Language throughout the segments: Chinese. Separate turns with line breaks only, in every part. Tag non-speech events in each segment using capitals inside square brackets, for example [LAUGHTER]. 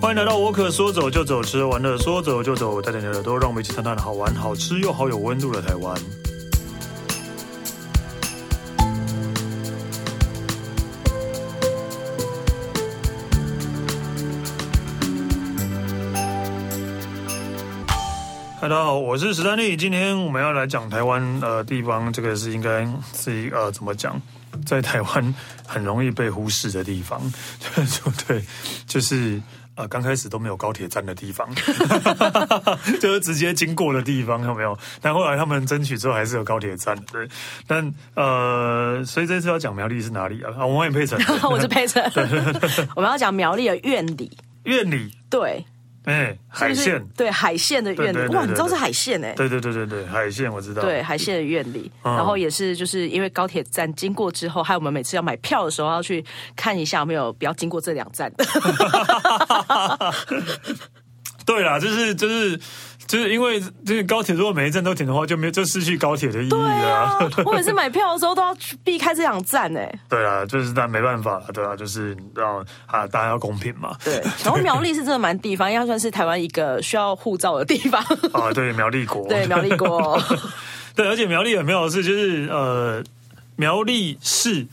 欢迎来到沃克，说走就走，吃完了说走就走，带着你的耳朵，让我们一起探探好玩、好吃又好有温度的台湾。嗨，大家好，我是史丹利。今天我们要来讲台湾呃地方，这个是应该是一呃怎么讲，在台湾很容易被忽视的地方，就对，就是呃刚开始都没有高铁站的地方，就是直接经过的地方，有没有？但后来他们争取之后还是有高铁站，对。但呃，所以这次要讲苗栗是哪里啊？啊，我也 [LAUGHS] 佩城
[LAUGHS] 我是佩晨，我们要讲苗栗的院里，
院里，
对，
哎、海
就是
线，
对海线的
对
院
对
里，
对
哇，
对
你知道是海线哎、
对对对对对，海线我知道，
对海线的院里，
嗯
然后也是就是因为高铁站经过之后，还有我们每次要买票的时候要去看一下有没有不要经过这两站 [LAUGHS] 的。
[LAUGHS] 对啦，就是就是就是因为就是高铁如果每一站都停的话，就没有就失去高铁的意义了啊。
我每次买票的时候都要去避开这两站哎、
对啦，就是但没办法了，对啊，就是让啊大家要公平嘛。
对，然后苗栗是真的蛮地方，因为它算是台湾一个需要护照的地方。
啊，对苗栗国，
对，苗栗
[LAUGHS]
国，
对，而且苗栗很妙的是，就是呃，苗栗市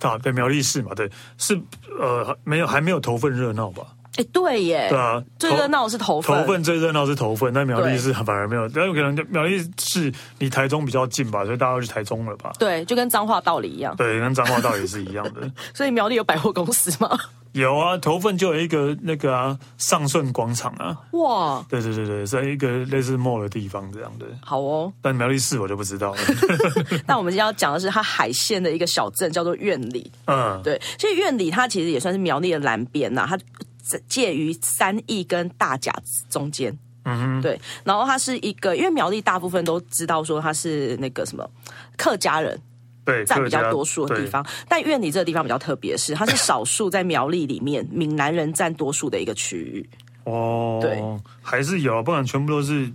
啊，对苗栗市嘛，对是呃没有还没有头份热闹吧？
哎、对耶，
对啊，
最
头
热闹的是头
头
份，
份最热闹是头份，但苗栗
对
市反而没有，但有可能苗栗市离台中比较近吧，所以大家都去台中了吧？
对，就跟彰化道理一样。
对，跟彰化道理是一样
[LAUGHS]
的。
所以苗栗有百货公司吗？
有啊，头份就有一个那个啊上顺广场啊，
哇，
对对对对，在一个类似 mall 的地方这样的。
好哦，
但苗栗市我就不知
[LAUGHS]
道了，
那我们今天要讲的是它海线的一个小镇，叫做苑里。
嗯，
对，其实苑里它其实也算是苗栗的南边呐、它介介于三义跟大甲中间。嗯哼，对，然后它是一个，因为苗栗大部分都知道说它是那个什么客家人
对，
占
客
比
家
较多数的地，方，但苑里这个地方比较特别的是，它是少数在苗栗里面闽南人占多数的一个区域，
对哦，
对，
还是有，啊不然全部都是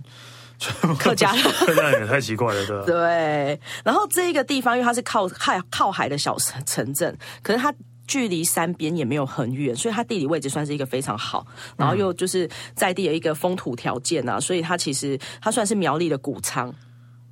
全部都是
客家人
[LAUGHS] 客家人也太奇怪了，对
[LAUGHS]
吧、
对，然后这一个地方，因为它是靠靠靠海的小城城镇，可是它。距离山边也没有很远，所以它地理位置算是一个非常好，然后又就是在地的一个风土条件啊，所以它其实它算是苗栗的谷仓，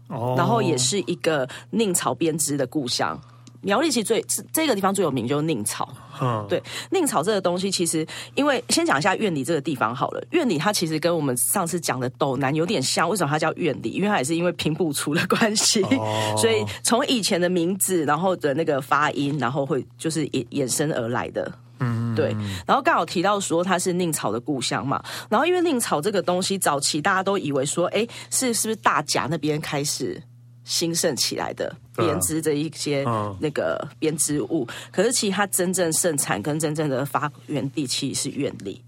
哦，
然后也是一个宁草编织的故乡。苗栗其实最这这个地方最有名就是宁草，
嗯，
对，宁草这个东西，其实因为先讲一下院里这个地方好了。院里它其实跟我们上次讲的斗南有点像，为什么它叫院里？因为它也是因为平埔族的关系，
哦
[LAUGHS] 所以从以前的名字，然后的那个发音，然后会就是衍衍生而来的。嗯，对。然后刚好提到说它是宁草的故乡嘛，然后因为宁草这个东西，早期大家都以为说，哎，是是不是大甲那边开始兴盛起来的
对啊
编织这一些
嗯
那个编织物，可是其实它真正盛产跟真正的发源地其实是院里，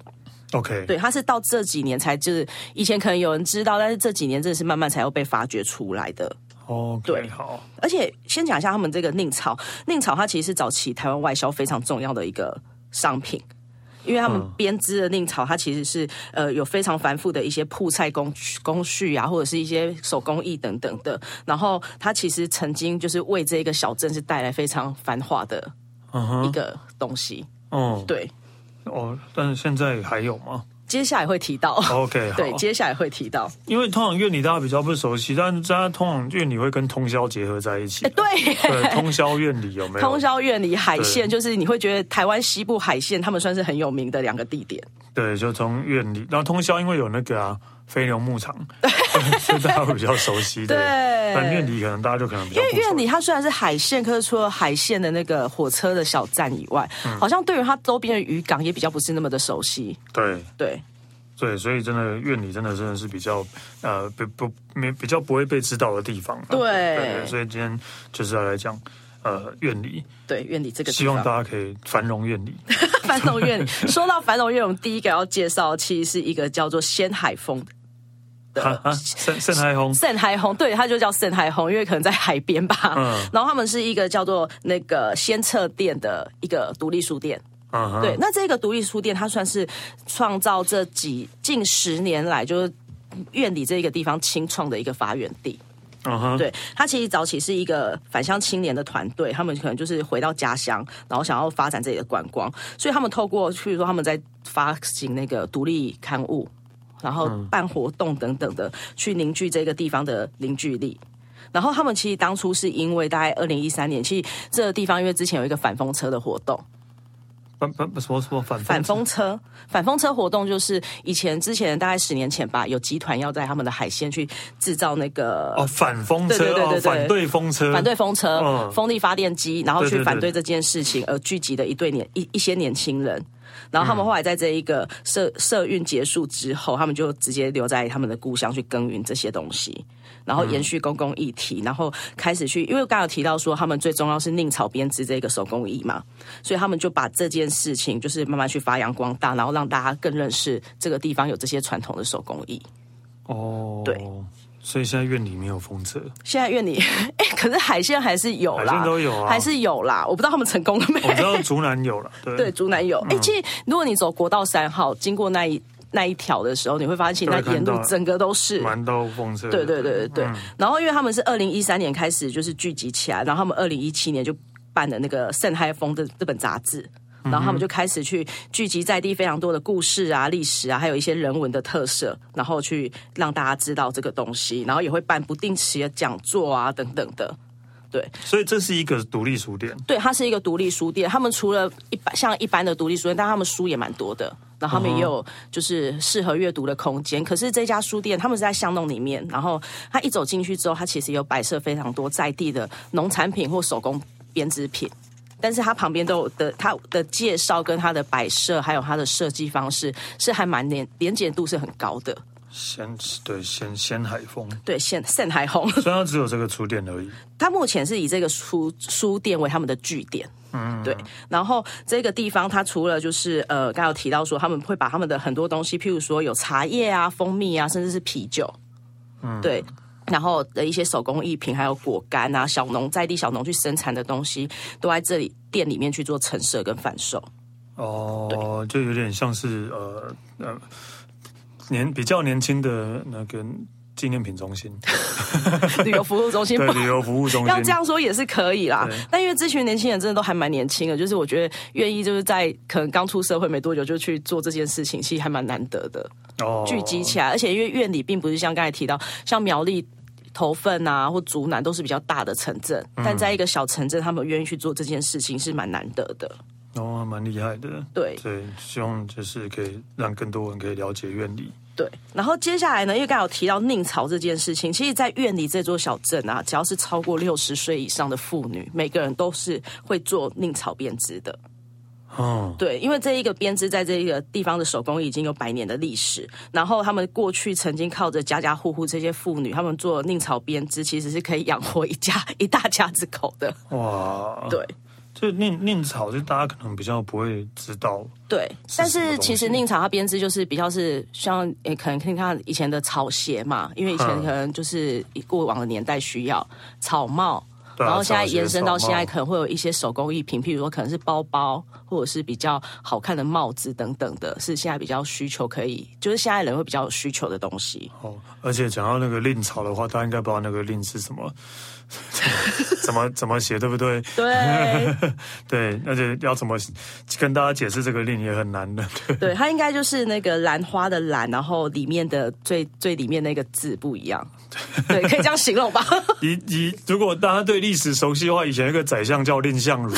，OK，
对，它是到这几年才就是以前可能有人知道，但是这几年真的是慢慢才又被发掘出来的。
，OK，
对
好，
而且先讲一下他们这个宁草，宁草它其实是早期台湾外销非常重要的一个商品。因为他们编织的宁草，它其实是呃有非常繁复的一些铺菜工工序啊，或者是一些手工艺等等的。然后它其实曾经就是为这个小镇是带来非常繁华的
嗯
一
哼，
个东西。
嗯，
对，
哦，但是现在还有吗
接下来会提到。
？OK，好，
对，接下来会提
[LAUGHS]
到。
因为通常院里大家比较不熟悉，但是大家通常院里会跟通宵结合在一起，
[LAUGHS] 哎对耶，
对，通宵院里有没有？
通宵院里海
对
线，就是你会觉得台湾西部海线，他们算是很有名的两个地点。
对，就从院里，然后通宵因为有那个啊飞牛牧
[LAUGHS]
场，所以大家会比较熟悉的。
对
但院里可能大家就可能比较
因为
不熟
院里它虽然是海线，可是除了海线的那个火车的小站以外，
嗯
好像对于它周边的渔港也比较不是那么的熟悉。
对
对，
对，所以真的院里真的真的是比较呃不不没比较不会被知道的地方啊。
对
所以今天就是要来讲呃院里，
对，院里这个地
希望
方。
大家可以繁荣院里。
[LAUGHS] 繁荣院里，说到繁荣院，我们第一个要介绍，其实是一个叫做仙海峰
哈
的
哈，盛盛开轰，
圣海红，对，它就叫圣海红，因为可能在海边吧。
嗯
然后他们是一个叫做那个仙册店的一个独立书店。
嗯哼，
对，那这个独立书店，它算是创造这几近十年来就是院里这一个地方清创的一个发源地。
嗯哼，
对他其实早起是一个返乡青年的团队，他们可能就是回到家乡，然后想要发展自己的观光，所以他们透过，譬如说他们在发行那个独立刊物，然后办活动等等的，去凝聚这个地方的凝聚力。然后他们其实当初是因为大概二零一三年，其实这个地方因为之前有一个反风车的活动，
反反什么什么反
反风车，反风车活动就是以前之前大概十年前吧，有集团要在他们的海鲜去制造那个
哦，反风车
对对对对
哦，
对
反对风车，
反对风车、
嗯
风力发电机，然后
对对
去
对
反对这件事情而聚集的一对年一一些年轻人。然后
嗯
他们后来在这一个社社运结束之后，他们就直接留在他们的故乡去耕耘这些东西，然后
嗯
延续公共议题，然后开始去，因为刚刚有提到说他们最重要是宁草编织这个手工艺嘛，所以他们就把这件事情就是慢慢去发扬光大，然后让大家更认识这个地方有这些传统的手工艺。
哦，
对，
所以现在院里没有风车，
现在院里， [LAUGHS] 哎、可是海鲜还是有啦，
海鲜都有啊
还是有啦。我不知道他们成功了没。
我知道嗯竹南有了，对
[LAUGHS] 对，，竹南有。哎、其实如果你走国道三号，经过那一那一条的时候，你会发现其实
都
那
会看
沿路
到
整个都是。
蛮多嗯风车，
对对对对对。然后因为他们是二零一三年开始就是聚集起来，然后他们二零一七年就办了那个《圣嗨风》的这本杂志。
嗯
然后他们就开始去聚集在地非常多的故事啊、历史啊，还有一些人文的特色，然后去让大家知道这个东西，然后也会办不定期的讲座啊等等的。
所以这是一个独立书店，
对，它是一个独立书店。他们除了一般像一般的独立书店，但他们书也蛮多的。然后他们也有就是适合阅读的空间。可是这家书店，他们是在巷弄里面，然后他一走进去之后，他其实有摆设非常多在地的农产品或手工编织品。但是它旁边都有的，它的介绍跟它的摆设，还有它的设计方式，是还蛮连连结度是很高的。
先对先先海风，
对，现现海红，
虽然它只有这个书店而已，
他目前是以这个书书店为他们的据点。嗯，对。然后这个地方，它除了就是呃，刚刚有提到说，他们会把他们的很多东西，譬如说有茶叶啊、蜂蜜啊，甚至是啤酒，嗯，对。然后的一些手工艺品，还有果干啊，小农在地小农去生产的东西，都在这里店里面去做陈设跟贩售。
哦，就有点像是呃呃年比较年轻的那个纪念品中
[LAUGHS]
心， [LAUGHS]
旅游服务中心
对
不
旅游服务中心，
要这样说也是可以啦
对，
但因为这群年轻人真的都还蛮年轻的，就是我觉得愿意就是在可能刚出社会没多久就去做这件事情，其实还蛮难得的，
哦
聚集起来。而且因为院里并不是像刚才提到，像苗栗、头份啊或竹南都是比较大的城镇，
嗯
但在一个小城镇，他们愿意去做这件事情是蛮难得的。
哦，还蛮厉害的。
对
对，希望就是可以让更多人可以了解院里。
对，然后接下来呢，因为刚才有提到宁潮这件事情，其实，在院里这座小镇啊，只要是超过六十岁以上的妇女，每个人都是会做宁草编织的。
哦，
对，因为这一个编织在这一个地方的手工艺已经有百年的历史，然后他们过去曾经靠着家家户户这些妇女，他们做宁草编织，其实是可以养活一家 [LAUGHS] 一大家子口的。
哇，
对
就念念草，就大家可能比较不会知道。
对，
是
但
什么
是
东
其实
西
宁草它编织就是比较是像诶，可能可以看到以前的草鞋嘛，因为以前
嗯
可能就是过往的年代需要草帽。
对啊
然后现在延伸到
草鞋
现
草
在，
帽
可能会有一些手工艺品，譬如说可能是包包，或者是比较好看的帽子等等的，是现在比较需求可以，就是现在人会比较有需求的东西。
哦，而且讲到那个令草的话，大家应该不知道那个令是什么， [LAUGHS] 怎
[LAUGHS]
么怎么写，对不对？
对，
[LAUGHS] 对，而且要怎么跟大家解释这个令也很难
[LAUGHS]
的。对，
对，它应该就是那个兰花的兰，然后里面的最最里面那个字不一样。对，可以这样形容吧？
以以如果大家对历史熟悉的话，以前有一个宰相叫蔺相如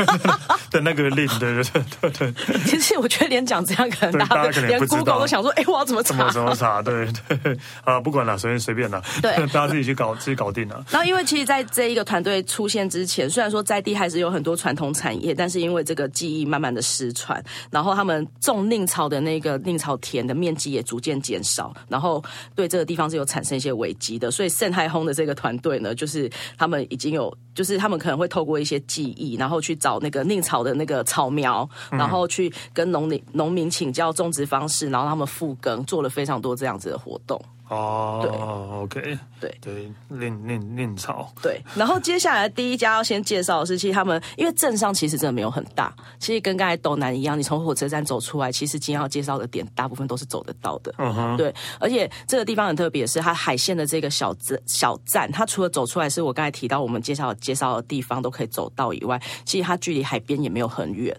[LAUGHS] 的那个令，对对对对对，
[LAUGHS] 其实我觉得连讲这样，可能
对
大
大
家
家可能也
连
不知
Google
道
都想说，哎，我要怎么
怎
查？
么怎么
[LAUGHS]
查？对对啊，不管了，随便随便了，
对
[LAUGHS] 大家自己去搞，自己搞定了。
然后，因为其实在这一个团队出现之前，虽然说在地还是有很多传统产业，但是因为这个技艺慢慢的失传，然后他们种宁草的那个宁草田的面积也逐渐减少，然后对这个地方是有产生一些危机的。所以盛海烘的这个团队呢，就是他们已经有，就是他们可能会透过一些技艺，然后去找那个宁草的那个草苗，然后去跟农民农民请教种植方式，然后他们复耕，做了非常多这样子的活动。
哦，OK，
对
对，令令令草，
对，然后接下来第一家要先介绍的是，其实他们因为镇上其实真的没有很大，其实跟刚才斗南一样，你从火车站走出来，其实今天要介绍的点大部分都是走得到的。
嗯哼，
对，而且这个地方很特别，是它海线的这个小站小站，它除了走出来是我刚才提到我们介绍介绍的地方都可以走到以外，其实它距离海边也没有很远。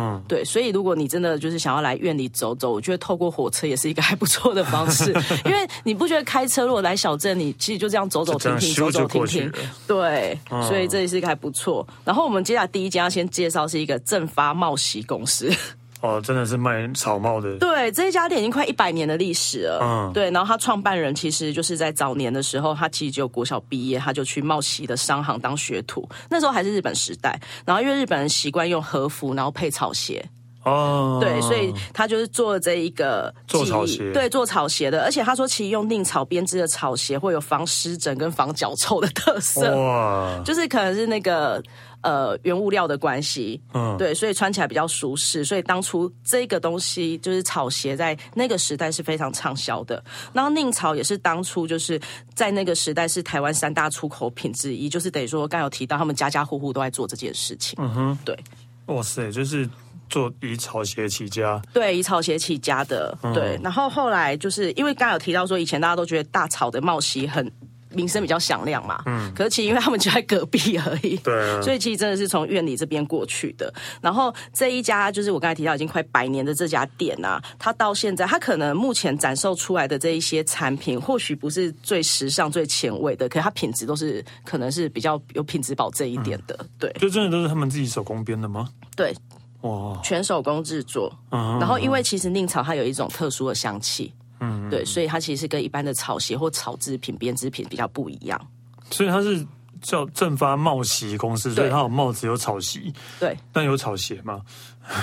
嗯，
对，所以如果你真的就是想要来院里走走，我觉得透过火车也是一个还不错的
[LAUGHS]
方式，因为你不觉得开车如果来小镇，你其实就这样走走
就这
停
样
停，
咻
走走
就
停
过去
停
了，。
对，所以这也是一个还不错。然后我们接下来第一家要先介绍是一个正发茂喜公司， [LAUGHS]
哦，真的是卖草帽的，
对，这一家店已经快一百年的历史了。
嗯
对，然后他创办人其实就是在早年的时候，他其实只有国小毕业，他就去茂喜的商行当学徒，那时候还是日本时代。然后因为日本人习惯用和服，然后配草鞋，
哦，
对，所以他就是做这一个
做
技艺
草鞋
对，做草鞋的。而且他说，其实用宁草编织的草鞋会有防湿疹跟防脚臭的特色，
哇，
就是可能是那个呃原物料的关系，
嗯，
对，所以穿起来比较舒适。所以当初这个东西就是草鞋，在那个时代是非常畅销的。然后宁草也是当初就是在那个时代是台湾三大出口品之一，就是等于说刚才有提到他们家家户户都在做这件事情。嗯哼，对
哇塞，就是做以草鞋起家，
对，以草鞋起家的。
嗯
对，然后后来就是因为刚才有提到说，以前大家都觉得大草的茂席很。名声比较响亮嘛，嗯，可是其实因为他们就在隔壁而已，
[LAUGHS]
对
对啊，
所以其实真的是从院里这边过去的。然后这一家就是我刚才提到已经快百年的这家店啊，它到现在，它可能目前展售出来的这一些产品，或许不是最时尚、最前卫的，可它品质都是可能是比较有品质保证一点的。对
就真的都是他们自己手工编的吗？
对，
哇，
全手工制作。
嗯
然后因为其实宁草它有一种特殊的香气。嗯，对，所以它其实跟一般的草鞋或草制品、编织品比较不一样。
所以它是叫正发帽席公司，所以它有帽子有草席，
对，
[LAUGHS] 但有草鞋嘛？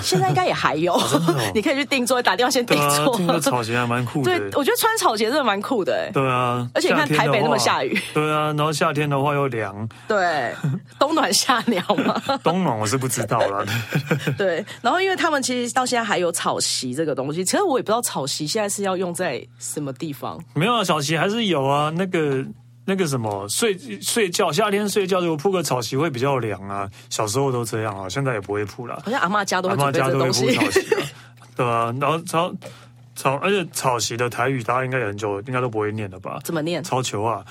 现在应该也还有，
哦
[LAUGHS] 你可以去定做，打电话先
对
定
啊，
做。
听说草鞋还蛮酷
对
的，。欸
我觉得穿草鞋真的蛮酷
[LAUGHS]
的哎、
对啊，
而且你看
夏天的
台北那么
话
下雨，
对啊，然后夏天的话又凉，
对，冬暖夏凉嘛。 [LAUGHS]
冬暖我是不知道啦。
对，然后因为他们其实到现在还有草席这个东西，其实我也不知道草席现在是要用在什么地方。
没有啊，草席还是有啊，那个。那个什么睡睡觉，夏天睡觉如果铺个草席会比较凉啊。小时候都这样啊，现在也不会铺啦。
好像阿嬷家都
阿
会
妈
准
家
备这
都会
东
铺
西。
草席、啊，对啊。然后草草，而且草席的台语大家应该也很久，应该都不会念了吧？
[LAUGHS] 怎么念？
超球啊，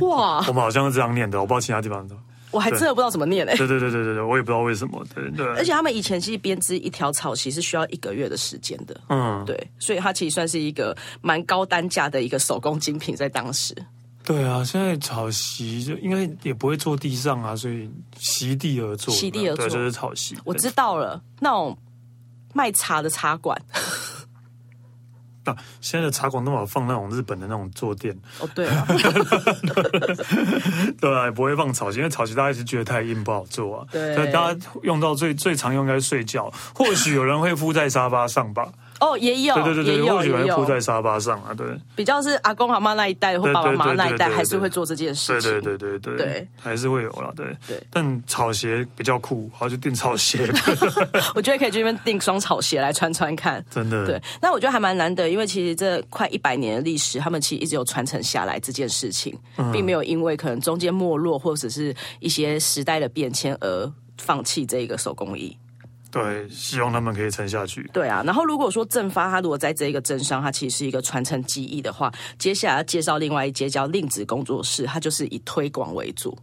哇
我，们好像是这样念的，我不知道其他地方怎么。
我还真的不知道怎么念哎、
对对对对对对，我也不知道为什么。对对，
而且他们以前其实编织一条草席是需要一个月的时间的，
嗯，
对，所以它其实算是一个蛮高单价的一个手工精品，在当时。
对啊，现在草席就应该也不会坐地上啊，所以席地而坐，
席地而坐
对，就是草席。
我知道了，那种卖茶的茶馆，
道、啊，现在的茶馆都有放那种日本的那种坐垫， [LAUGHS]
哦对了，
对啊，也不会放草席，因为草席大家一直觉得太硬不好做啊。
对
所以大家用到最最常用应该是睡觉，或许有人会铺在沙发上
[LAUGHS]
吧。
哦也有，
[LAUGHS] 对对对
也
对，或
有
许有
也
人
有
铺在沙发上啊，对
比较是阿公阿妈那一代或
对
爸爸妈妈
对对
那一代，
对对
还是会做这件事
对
情。
对对对对
对，
还是会有啦，对
对
但草鞋比较酷，好就订草
[LAUGHS]
鞋，
我觉得可以去那边订双草鞋来穿穿看。
[LAUGHS] 真的
对，那我觉得还蛮难得，因为其实这快一百年的历史，他们其实一直有传承下来这件事情，并没有因为可能中间没落或者是一些时代的变迁而放弃这个手工艺。
对，希望他们可以撑下去。
对啊，然后如果说正发它如果在这一个镇上，它其实是一个传承技艺的话，接下来要介绍另外一间叫令子工作室，它就是以推广为主。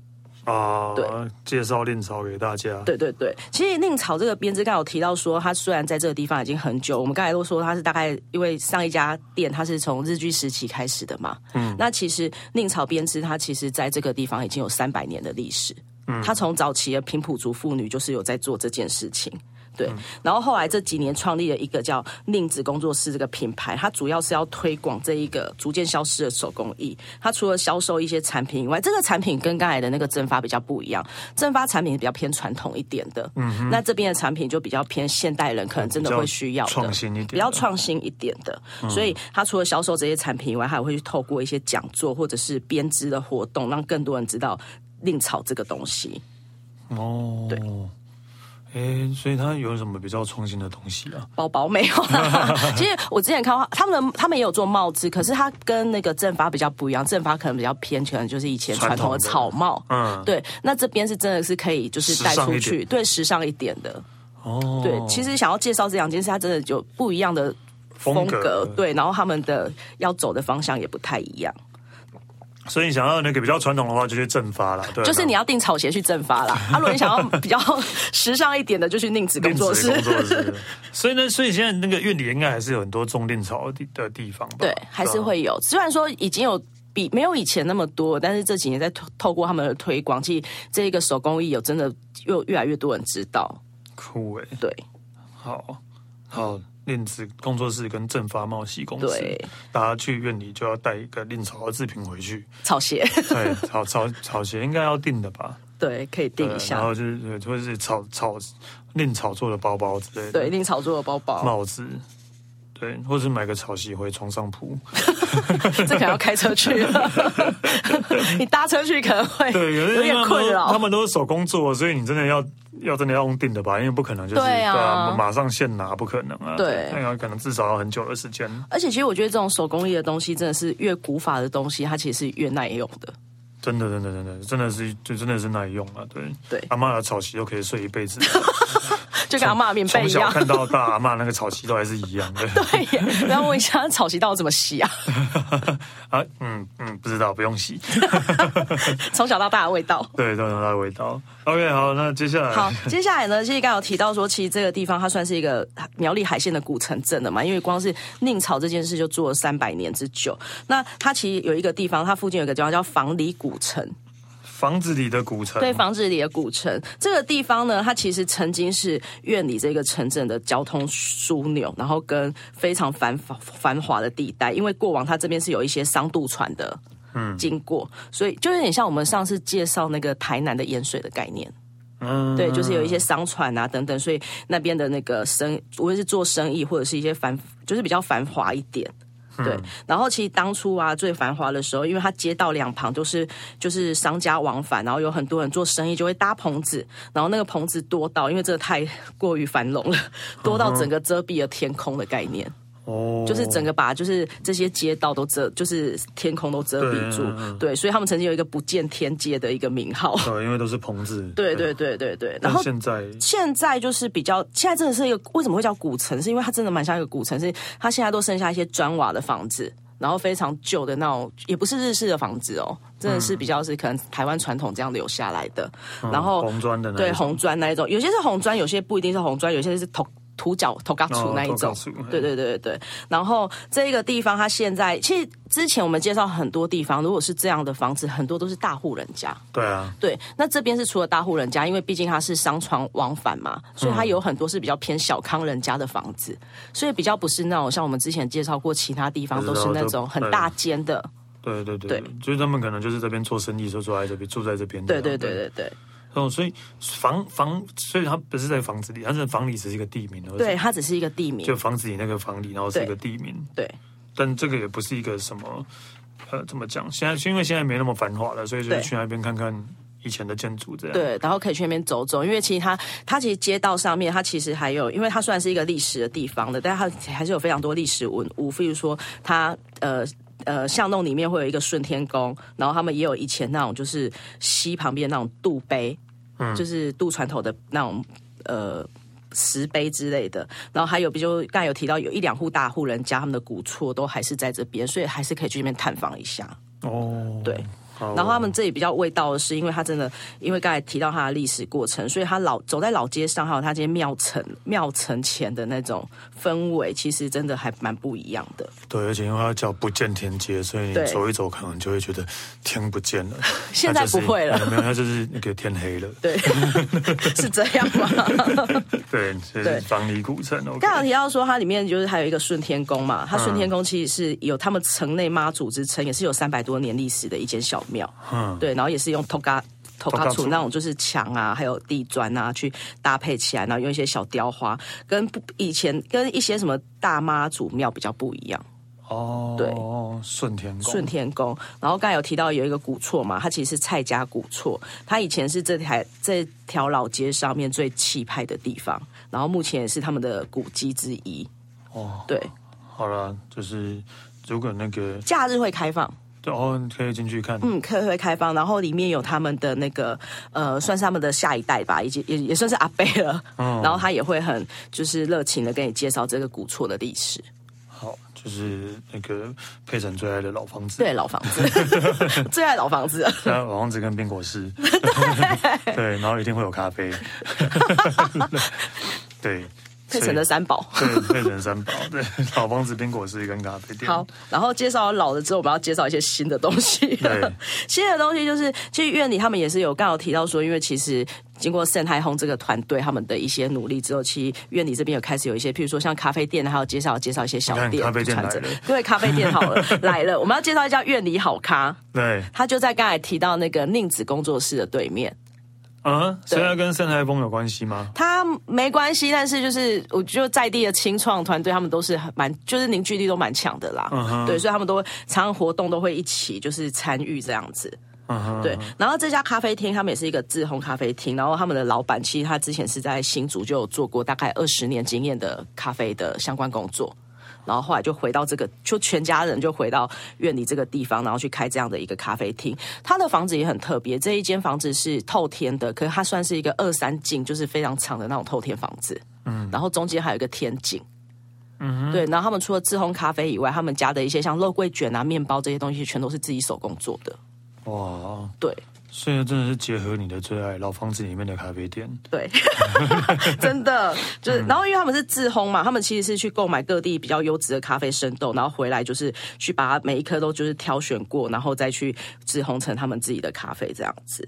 啊、
对
介绍令草给大家。
对对对，其实宁草这个编织，刚才有提到说，它虽然在这个地方已经很久，我们刚才都说它是大概因为上一家店它是从日据时期开始的嘛，嗯，那其实宁草编织它其实在这个地方已经有三百年的历史，嗯，它从早期的平埔族妇女就是有在做这件事情。对，
嗯
然后后来这几年创立了一个叫宁子工作室这个品牌，它主要是要推广这一个逐渐消失的手工艺。它除了销售一些产品以外，这个产品跟刚才的那个蒸发比较不一样，蒸发产品比较偏传统一点的，嗯，那这边的产品就比较偏现代人可能真的会需要的
比较创嗯新一点的
比较创新一点的。所以它除了销售这些产品以外，还会去透过一些讲座或者是编织的活动，让更多人知道令草这个东西。
哦，
对，
哎，所以它有什么比较创新的东西啊？
包包没有
[LAUGHS]
啦。其实我之前看到他们的，他们也有做帽子，可是它跟那个正发比较不一样，正发可能比较偏，可能就是以前传统的
传统
草
的
帽。
嗯，
对，那这边是真的是可以就是带
时尚
出
一
去，
点
对，时尚一点的。
哦，
对，其实想要介绍这两件事，它真的有不一样的
风格
对，然后他们的要走的方向也不太一样。
所以你想要那个比较传统的话，就去正发啦，对，
就是你要订草鞋去正发啦，啊，如果你想要比较时尚一点的，就去宁子工
电子
作室。
工作
[LAUGHS]
室。所以呢，所以现在那个院里应该还是有很多种电草的地的地方吧？嗯
对，还是
吧
会有。虽然说已经有比没有以前那么多，但是这几年在透透过他们的推广，其实这个手工艺有真的越越来越多人知道。
酷诶、
对
好好。链子工作室跟正发茂系公司
对，
大家去院里就要带一个令草的制品回去。
草鞋， [LAUGHS]
对，草草草鞋应该要定的吧？
对，可以定一
呃嗯对然
下。
后就是或者是草草令草做的包包之类的。
对，宁草做的包包，
帽子，对，或者是买个草席回床上铺。
[LAUGHS] 这可能要开
[LAUGHS]
车去了。你搭车去可能会
对，可是
有
因为他
点
们
困
都
扰。
他们都是手工做，所以你真的要要真的要用定的吧，因为不可能就是
对啊
马上现拿不可能啊。
对
那要可能至少要很久的时间。
而且其实我觉得这种手工艺的东西，真的是越古法的东西，它其实是越耐用的。
真的，真的，真的，真的是就真的是耐用啊。对，
对
阿妈的草席都可以睡一辈子，
就 [LAUGHS] 跟阿妈棉被
从
一
小
样。
看到大，阿妈那个草席都还是一样的。 [LAUGHS]
[LAUGHS] 对耶，然后问一下草席到底怎么洗啊？
啊，嗯嗯，不知道，不用洗。
从小到大的味道。
对，都有它的味道。OK，好，那接下来
好，接下来呢，其实刚刚有提到说，其实这个地方它算是一个苗栗海线的古城镇了嘛，因为光是宁草这件事就做了三百年之久。那它其实有一个地方，它附近有一个地方叫房里古城，
房子里的古城，
对，房子里的古城。这个地方呢，它其实曾经是院里这个城镇的交通枢纽，然后跟非常繁繁华的地带，因为过往它这边是有一些商渡船的。嗯，经过，所以就有点像我们上次介绍那个台南的盐水的概念。
嗯，
对，就是有一些商船啊等等，所以那边的那个生，无论是做生意或者是一些繁，就是比较繁华一点。
嗯
对，然后其实当初啊最繁华的时候，因为它街道两旁就是就是商家往返，然后有很多人做生意就会搭棚子，然后那个棚子多到，因为这个太过于繁荣了，多到整个遮蔽了天空的概念。
嗯哦，
就是整个把就是这些街道都遮，就是天空都遮蔽住，
对嗯
对，所以他们曾经有一个不见天街的一个名号，
对，因为都是棚子。
[LAUGHS] 对对对对对。然
但
后
现在
现在就是比较，现在真的是一个为什么会叫古城，是因为它真的蛮像一个古城，是它现在都剩下一些砖瓦的房子，然后非常旧的那种，也不是日式的房子哦，
嗯
真的是比较是可能台湾传统这样留下来的，然后
嗯红砖的那一
对
种
红砖那一种，有些是红砖，有些不一定是红砖，有些是土土脚土嘎
哦
土那一
土
种
埆厝，
对对对对对。然后这个地方它现在其实之前我们介绍很多地方，如果是这样的房子，很多都是大户人家，
对啊，
对，那这边是除了大户人家，因为毕竟它是商船往返嘛，所以它有很多是比较偏小康人家的房子，所以比较不是那种像我们之前介绍过其他地方都是那种很大间的。
对对对，
对
就是他们可能就是这边做生意，就住在这边，住在这边这
对
样。
对对对对，
哦，所以房房，所以它不是在房子里，它是房里只是一个地名而已。
对，，它只是一个地名
嗯就。房子里那个房里，然后是一个地名，
对
但这个也不是一个什么，呃，怎么讲？现在是因为现在没那么繁华了，所以就是
对
去那边看看以前的建筑这样。，
对，然后可以去那边走走，因为其实它它其实街道上面它其实还有，因为它虽然是一个历史的地方的，但它还是有非常多历史文物，比如说它呃。呃，巷弄里面会有一个顺天宫，然后他们也有以前那种就是溪旁边那种渡碑，就是渡船头的那种呃石碑之类的。然后还有，比如刚才有提到有一两户大户人家，他们的古厝都还是在这边，所以还是可以去那边探访一下。
哦，
对，
好
然后他们这里比较味道的是，因为它真的，因为刚才提到它的历史过程，所以它老走在老街上，还有它这些庙城、庙城前的那种氛围，其实真的还蛮不一样的。
对，而且因为它叫不见天街，所以你
对
走一走，可能就会觉得天不见了。
[LAUGHS] 现在
它就是
不会了
哎没有，它就是那个天黑了。
对， [LAUGHS] 是这样吗？
对，这
对
是房里古城。OK
刚刚有提到说它里面就是还有一个顺天宫嘛，它顺天宫其实是有他们城内妈祖之称，也是有三百多年历史的一间小庙。
嗯
对，然后也是用 toga。头卡
Togatsu
土那种就是墙啊，还有地砖啊，去搭配起来，然后用一些小雕花，跟不以前跟一些什么大妈祖庙比较不一样。
哦，对，顺天宫，
顺天宫。然后刚才有提到有一个古厝嘛，它其实是蔡家古厝，它以前是这台这条老街上面最气派的地方，然后目前也是他们的古迹之一。
哦，
对，
好了，就是如果那个
假日会开放。
对哦，可以进去看，
嗯，课会开放，然后里面有他们的那个呃，算是他们的下一代吧，以及也也算是阿贝了。
嗯
然后他也会很就是热情的跟你介绍这个古厝的历史。
好，就是那个佩晨最爱的老房子，
对，老房子，最爱老房子了。
对啊，老房子跟冰果
[LAUGHS]
师， [LAUGHS] 对，然后一定会有咖啡， [LAUGHS] 对，
佩城的三宝。
所以对，佩晨三宝，对，老房子、冰果师跟咖啡店，
好，然后介绍了老的之后，我们要介绍一些新的东西
对。
[LAUGHS] 新的东西就是，其实院里他们也是有刚好提到说，因为其实经过盛泰红这个团队他们的一些努力之后，其实院里这边有开始有一些，譬如说像咖啡店，啊还有介绍介绍一些小
你
店，
看咖啡店
传承
来了
对，咖啡店好了来了，我们要介绍一家院里好咖，
对，
它就在刚才提到那个宁子工作室的对面。
啊，所以
对
它跟三台风有关系吗？
它没关系，但是就是我觉得在地的清创团队，他们都是很蛮，就是凝聚力都蛮强的啦。
嗯哼
对，所以他们都会常常活动都会一起就是参与这样子。
嗯哼，
对，然后这家咖啡厅他们也是一个自烘咖啡厅，然后他们的老板其实他之前是在新竹就有做过大概二十年经验的咖啡的相关工作。然后后来就回到这个，就全家人就回到院里这个地方，然后去开这样的一个咖啡厅。他的房子也很特别，这一间房子是透天的，可是它算是一个二三进，就是非常长的那种透天房子。嗯，然后中间还有一个天井。嗯，对。然后他们除了自烘咖啡以外，他们家的一些像肉桂卷啊、面包这些东西，全都是自己手工做的。
哇，
对，
所以真的是结合你的最爱老房子里面的咖啡店，
对， [LAUGHS] 真的
嗯
就是，然后因为他们是自烘嘛，他们其实是去购买各地比较优质的咖啡生豆，然后回来就是去把它每一颗都就是挑选过，然后再去自烘成他们自己的咖啡这样子。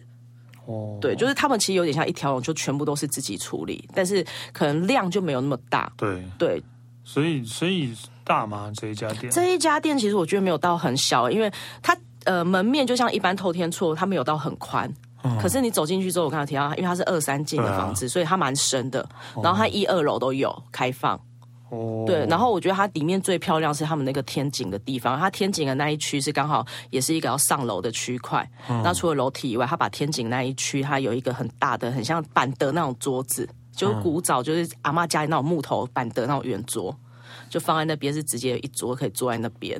哦，
对，就是他们其实有点像一条龙，就全部都是自己处理，但是可能量就没有那么大。
对，
对，
所以所以大吗这一家店？
这一家店其实我觉得没有到很小，因为它呃门面就像一般透天厝，它没有到很宽。可是你走进去之后，我刚刚提到，因为它是二三进的
哦对啊
房子，所以它蛮深的。然后它一二楼都有开放，
哦，
对，然后我觉得它里面最漂亮是他们那个天井的地方，它天井的那一区是刚好也是一个要上楼的区块。那除了楼梯以外，它把天井那一区，它有一个很大的，很像板的那种桌子，就是古早就是阿嬷家里那种木头板的那种圆桌，就放在那边是直接一桌可以坐在那边。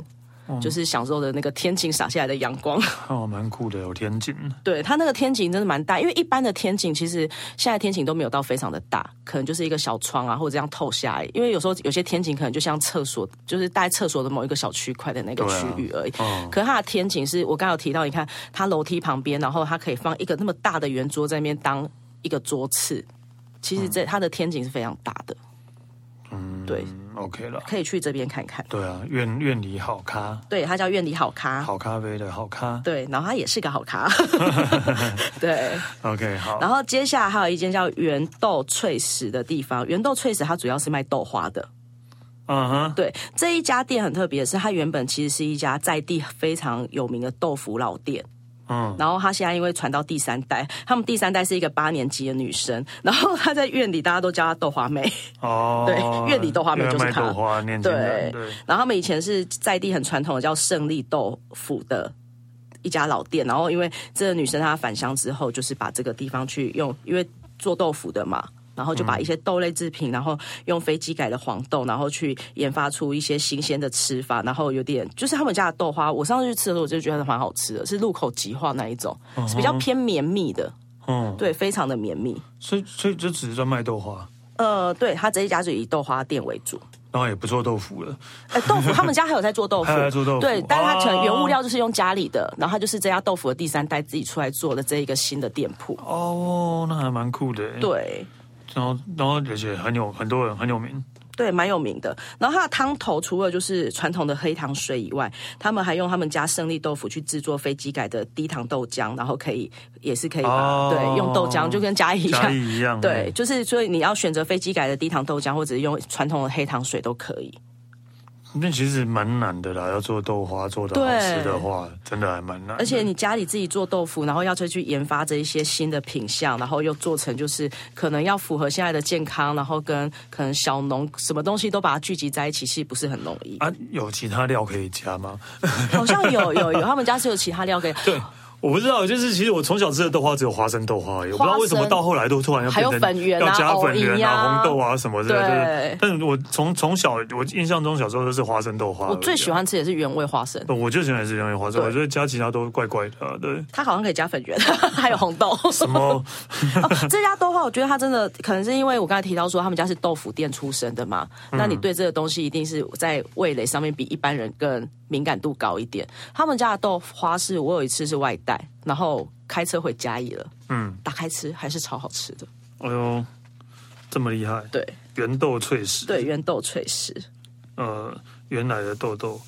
就是享受的那个天井洒下来的阳光，
哦，蛮酷的，有天井，
对它那个天井真的蛮大，因为一般的天井其实现在天井都没有到非常的大，可能就是一个小窗啊，或者这样透下来。因为有时候有些天井可能就像厕所，就是待厕所的某一个小区块的那个
对啊
区域而已。
嗯
可是它的天井是我刚刚有提到，你看它楼梯旁边，然后它可以放一个那么大的圆桌在那边当一个桌次。其实这它的天井是非常大的，
嗯，
对
，OK 了，
可以去这边看看。
对啊，院院里好咖，
对，它叫院里好咖。
好咖啡的好咖
对，然后它也是个好
[LAUGHS]
咖。对。
，OK，好，
然后接下来还有一间叫圆豆脆食的地方，圆豆脆食它主要是卖豆花的。
嗯哼，
对，这一家店很特别，是它原本其实是一家在地非常有名的豆腐老店。
嗯，
然后他现在因为传到第三代，他们第三代是一个八年级的女生，然后她在院里大家都叫她豆花妹，
哦，
对院里豆花妹
原来
就是
卖
它
豆花念经人，
对
对，。
然后他们以前是在地很传统的叫胜利豆腐的一家老店，然后因为这个女生她返乡之后，就是把这个地方去用，因为做豆腐的嘛。然后就把一些豆类制品，然后用飞机改的黄豆，然后去研发出一些新鲜的吃法，然后有点就是他们家的豆花，我上次去吃的时候我就觉得蛮好吃的，是入口即化那一种，是比较偏绵密的，
嗯，
对，非常的绵密。
所以所以就只是专卖豆花，
呃，对，他这一家就以豆花店为主，
然后也不做豆腐了，
呃，豆腐，他们家还有在做豆腐，
[LAUGHS] 还有在做豆腐
对，但是他可能
哦
原物料就是用家里的，然后他就是这家豆腐的第三代自己出来做的这一个新的店铺。
哦，那还蛮酷的，，
对
然后然后而且很有很多人很有名，
对，蛮有名的。然后它的汤头除了就是传统的黑糖水以外，他们还用他们家胜利豆腐去制作非机改的低糖豆浆，然后可以也是可以把、
哦
对用豆浆就跟嘉义一
嘉
样，
义一嗯样，欸
对，，就是所以你要选择非机改的低糖豆浆，或者是用传统的黑糖水都可以。
那其实蛮难的啦，要做豆花做的好吃的话，真的还蛮难的。
而且你家里自己做豆腐，然后要再去研发这一些新的品相，然后又做成就是可能要符合现在的健康，然后跟可能小农什么东西都把它聚集在一起，其实不是很容易。
啊，有其他料可以加吗？
[LAUGHS] 好像有有有，他们家是有其他料 [LAUGHS] 可以，
对，我不知道，就是其实我从小吃的豆花只有花生豆花而已，我不知道为什么到后来都突然要变
还有
成
粉圆啊
要加粉圆
藕泥啊
红豆啊什么之类
对
的。但是我从从小我印象中小时候都是花生豆花，
我最喜。欢吃也是原味花生，
我就喜欢吃原味花生，
对
我觉得加其他都怪怪的、啊，对。
它好像可以加粉圆， [LAUGHS] 还有红豆。
什么？
哦，这家豆花，我觉得它真的可能是因为我刚才提到说他们家是豆腐店出身的嘛，
嗯
那你对这个东西一定是在味蕾上面比一般人更敏感度高一点。他们家的豆花是我有一次是外带，然后开车回嘉义了，
嗯，
打开吃还是超好吃的。
哎呦，这么厉害！
对
原豆脆食，
对，原豆脆 [LAUGHS] 食，
呃，原来的豆豆，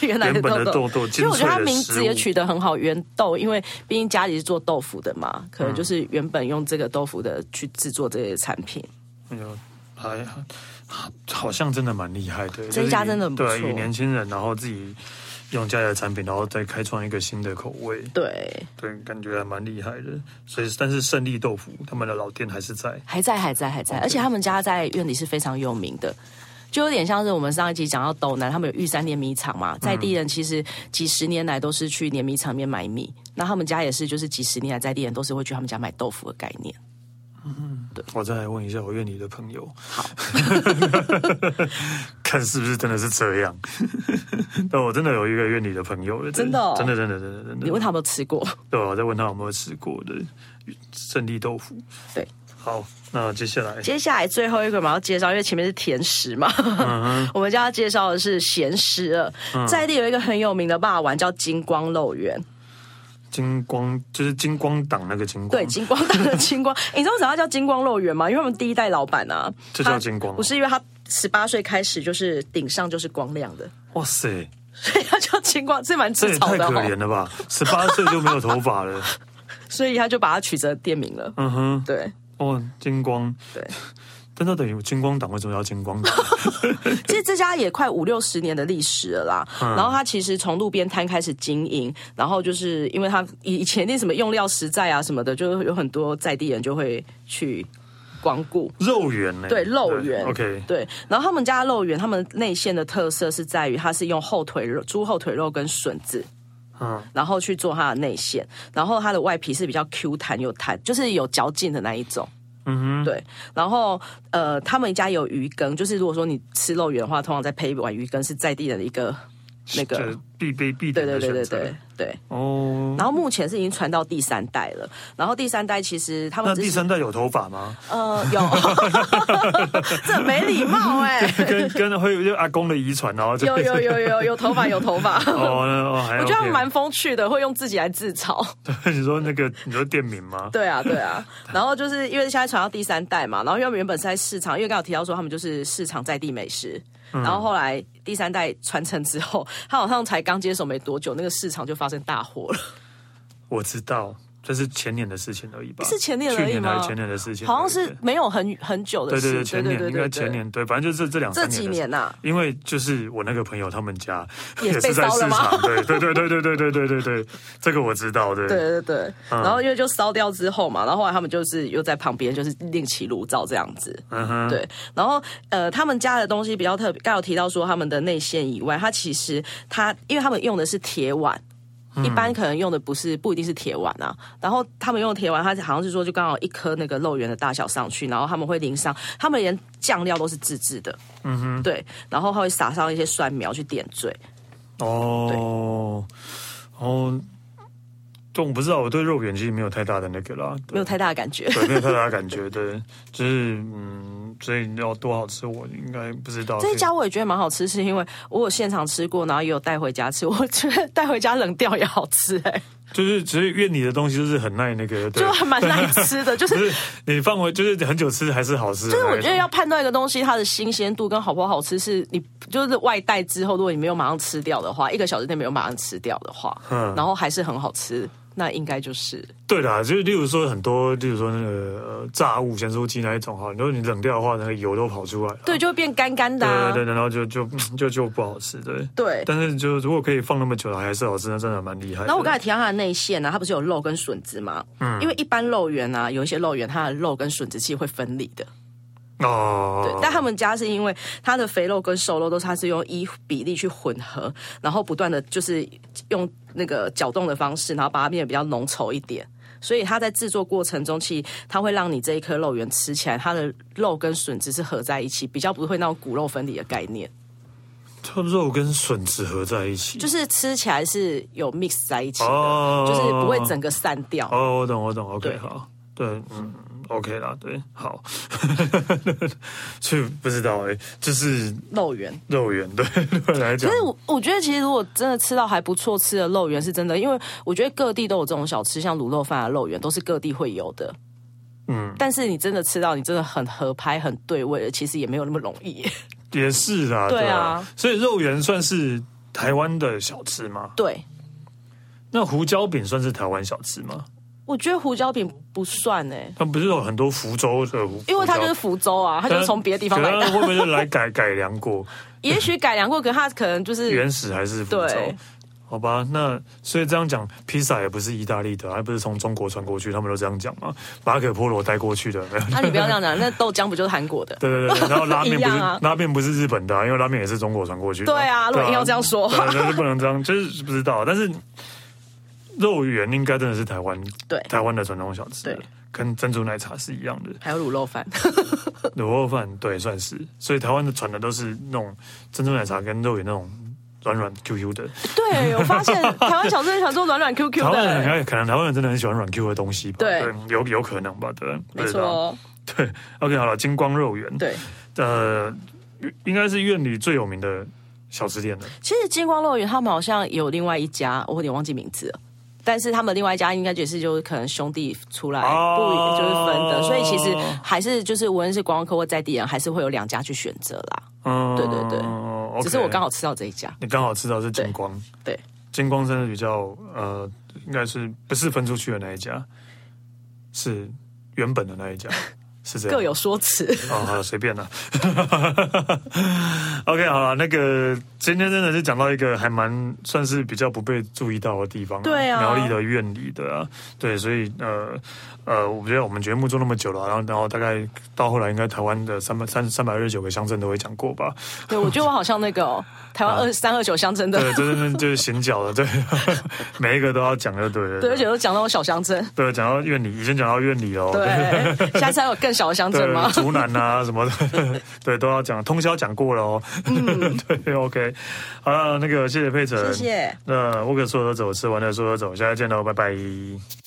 原来的
原本
豆
的
豆。
豆豆，
其实我觉得它
精粹的
名
食
字
物
也取得很好，原豆，因为毕竟家里是做豆腐的嘛，可能
嗯
就是原本用这个豆腐的去制作这些产品。
哎呦，还好像真的蛮厉害的，
这一家真的很不
就是以
错
对，以年轻人然后自己用家里的产品，然后再开创一个新的口味，
对，
对，感觉还蛮厉害的。所以，但是胜利豆腐他们的老店还是在，
还在，还在，还在，而且他们家在院里是非常有名的。就有点像是我们上一集讲到斗南，他们有玉山碾米厂嘛，在地人其实几十年来都是去碾米厂里面买米，那他们家也是，就是几十年来在地人都是会去他们家买豆腐的概念。
我再来问一下我院里的朋友， [LAUGHS] 看是不是真的是这样。 [LAUGHS] 但我真的有一个院里的朋友，对
真的哦
真的，真的，真的，真的。
你问他有没有吃过？
对，啊我在问他有没有吃过的胜利豆腐。
对，
好，那接下来
接下来最后一个我们要介绍，因为前面是甜食嘛， [LAUGHS] 我们就要介绍的是咸食了。在地有一个很有名的霸王叫金光肉圆，
金光就是金光党那个金光，
对，金光党的金
[LAUGHS]
光，你知道为什么它叫金光肉圆吗？因为我们第一代老板啊，
这叫金光哦
他不是因为他十八岁开始就是顶上就是光亮的，
哇塞，[LAUGHS]
所以他叫金光，这蛮
这
自
也
嘲
太
的
可
哦
怜。了吧！十八岁就没有头发了，
所以他就把它取成店名了。
嗯哼，
对，
哇，金光，
对，
但到底金光党为什么要金光党？
[LAUGHS] 其实这家也快五六十年的历史了啦。
嗯
然后它其实从路边摊开始经营，然后就是因为它以以前那什么用料实在啊什么的，就有很多在地人就会去光顾。
肉圆呢？
对肉圆
OK，
对，然后他们家的肉圆，他们内馅的特色是在于它是用后腿肉、猪后腿肉跟笋子，
嗯，
然后去做它的内馅，然后它的外皮是比较 Q 弹有弹，就是有嚼劲的那一种。嗯哼，对，然后呃，他们家有鱼羹，就是如果说你吃肉圆的话，通常再配一碗鱼羹，是在地人的一个那
就
个
是，必必必
对
点的
对对
选
对
择。
对对。
哦，
然后目前是已经传到第三代了，然后第三代其实他
那
们只
第
是
三代有头发吗？
呃
[LAUGHS]
有， [LAUGHS] 这没礼貌哎、
跟跟会有就阿公的遗传，然后就
有有有有有头发有头发，
哦那哦，还
我觉得他
OK
们蛮风趣的，会用自己来自嘲。
你说那个你说店名吗？
对啊，对啊。然后就是因为现在传到第三代嘛，然后因为他们原本是在市场，因为刚刚有提到说他们就是市场在地美食，然后后来第三代传承之后，他好像才刚接手没多久，那个市场就发生大火了，
我知道，这是前年的事情而已吧？
是前年而已
去
吗
年还是前年的事情而已？
好像是没有很很久的
对对对，
事，
前年应该前。年对，反正就是这这两
这
三
几
年的事
年呐、啊，
因为就是我那个朋友他们家
也
是
被
在
烧了
市
吗
场，对对对对对对对对对对，这个我知道，对
对对对，然后因为就烧掉之后嘛，然后后来他们就是又在旁边就是另起炉灶这样子，
嗯哼，
对，然后呃，他们家的东西比较特别，刚才有提到说他们的内馅以外，它其实它因为他们用的是铁碗。一般可能用的不是不一定是铁碗啊，然后他们用的铁碗，它好像是说就刚好一颗那个肉圆的大小上去，然后他们会淋上，他们连酱料都是自制的，嗯哼，对，然后他会撒上一些蒜苗去点缀，
哦哦，就我不知道，我对肉圆其实没有太大的那个啦，
没
对
有太大的感觉。
对，没有太大的感觉，对，就是嗯，所以要多好吃，我应该不知道。
这一家我也觉得蛮好吃，是因为我有现场吃过，然后也有带回家吃，我觉得带回家冷掉也好吃、哎，
就是只是院里的东西，就是很耐那个，对
就，还蛮耐吃的，就是
不是 [LAUGHS] 你放回就是很久吃还是好吃的
就是
那
我
一种，
觉得要判断一个东西它的新鲜度跟好不好吃，是你就是外带之后，如果你没有马上吃掉的话，一个小时内没有马上吃掉的话，然后还是很好吃那应该就是
对啦，就是例如说很多，例如说那个呃炸物咸酥鸡那一种哈，你说你冷掉的话，那个油都跑出来了。
对，就会变干干的、啊。
对对对，然后就就就就不好吃，对。
对
但是就如果可以放那么久了还是好吃，那真的蛮厉害的。
然后我刚才提到它的内馅呢、啊，它不是有肉跟笋子吗？嗯，因为一般肉圆啊，有一些肉圆它的肉跟笋子其实会分离的。
哦，
对，但他们家是因为它的肥肉跟瘦肉都是它是用一比例去混合，然后不断的就是用那个搅动的方式，然后把它变得比较浓稠一点。所以它在制作过程中，其实它会让你这一颗肉圆吃起来，它的肉跟笋汁是合在一起，比较不会那种骨肉分离的概念，
嗯它肉跟笋子合在一起，
就是吃起来是有 mix 在一起的，
哦
就是不会整个散掉。
哦，我懂，我懂，OK，
对
好，对，嗯，OK 啦，对，好， [LAUGHS] 所以不知道哎、就是
肉圆。
肉圆对对我来讲
可，是我我觉得，其实如果真的吃到还不错吃的肉圆，是真的，因为我觉得各地都有这种小吃，像卤肉饭啊、肉圆都是各地会有的。
嗯，
但是你真的吃到，你真的很合拍、很对味的，其实也没有那么容
[LAUGHS]
易。
也是啦，
对啊
所以肉圆算是台湾的小吃吗？
对，
那胡椒饼算是台湾小吃吗？
我觉得胡椒饼不算哎、
它不是有很多福州的胡，
因为它
胡椒
就是福州啊，它就是从别的地方来
可能
的。
会不会是来改改良过？
也许改良过，可它可能就是
原始还是福州
对？
好吧，那所以这样讲，披萨也不是意大利的，还不是从中国传过去，他们都这样讲嘛。马可波罗带过去的， [LAUGHS] 没有？
啊，你不要这样讲，那豆浆不就是韩国的？
对对对对，然后拉面不
[LAUGHS] 一
是、
样啊
拉面不是日本的啊、因为拉面也是中国传过去的。
对啊，如果硬要这样说，
对，但是不能这样，就是不知道。但是肉圆应该真的是台湾
对
台湾的传统小吃
对，
跟珍珠奶茶是一样的。
还有卤肉饭，
卤肉饭对算是，所以台湾的传的都是那种珍珠奶茶跟肉圆那种软软 Q Q 的。
[LAUGHS] 对我发现台湾小吃很喜欢做软软 [LAUGHS] QQ
台
的、
湾人可能可能台湾人真的很喜欢软 Q 的东西吧？
对
有有可能吧？对，
没
对
错
啊。
哦，
对，OK，好了，金光肉圆，
对。
呃，应该是院里最有名的小吃店了。
其实金光乐园他们好像有另外一家，我有点忘记名字了。但是他们另外一家应该也是就是可能兄弟出来
哦
不一就是分的，所以其实还是就是无论是观光客或在地人，还是会有两家去选择啦。
嗯，
对对对
OK
只是我刚好吃到这一家，
你刚好吃到是金光，
对对
金光真的比较呃，应该是不是分出去的那一家，是原本的那一家，是这样
[LAUGHS] 各有说辞。
哦，好，随便啦。OK，好了，那个今天真的是讲到一个还蛮算是比较不被注意到的地方、
对啊
苗栗的院里的啊，对，所以呃呃，我觉得我们节目做那么久了，然后然后大概到后来应该台湾的三百三三百二十九个乡镇都会讲过吧， [LAUGHS]
对，我觉得我好像那个、哦、台湾二三二九乡镇的，
对，真的就是闲脚了，对， [LAUGHS] 每一个都要讲就对了，
对，而且都讲到我小乡镇，
对，讲到院里，已经讲到院里哦，
对， [LAUGHS] 下次还有更小的乡镇吗
对，？竹南啊 [LAUGHS] 什么的，对，都要讲，通宵讲过了哦。 [LAUGHS] 对，OK，好了，那个谢谢佩晨，
嗯谢谢。
那我可说走就走，吃完了说走走，下次见喽，拜拜。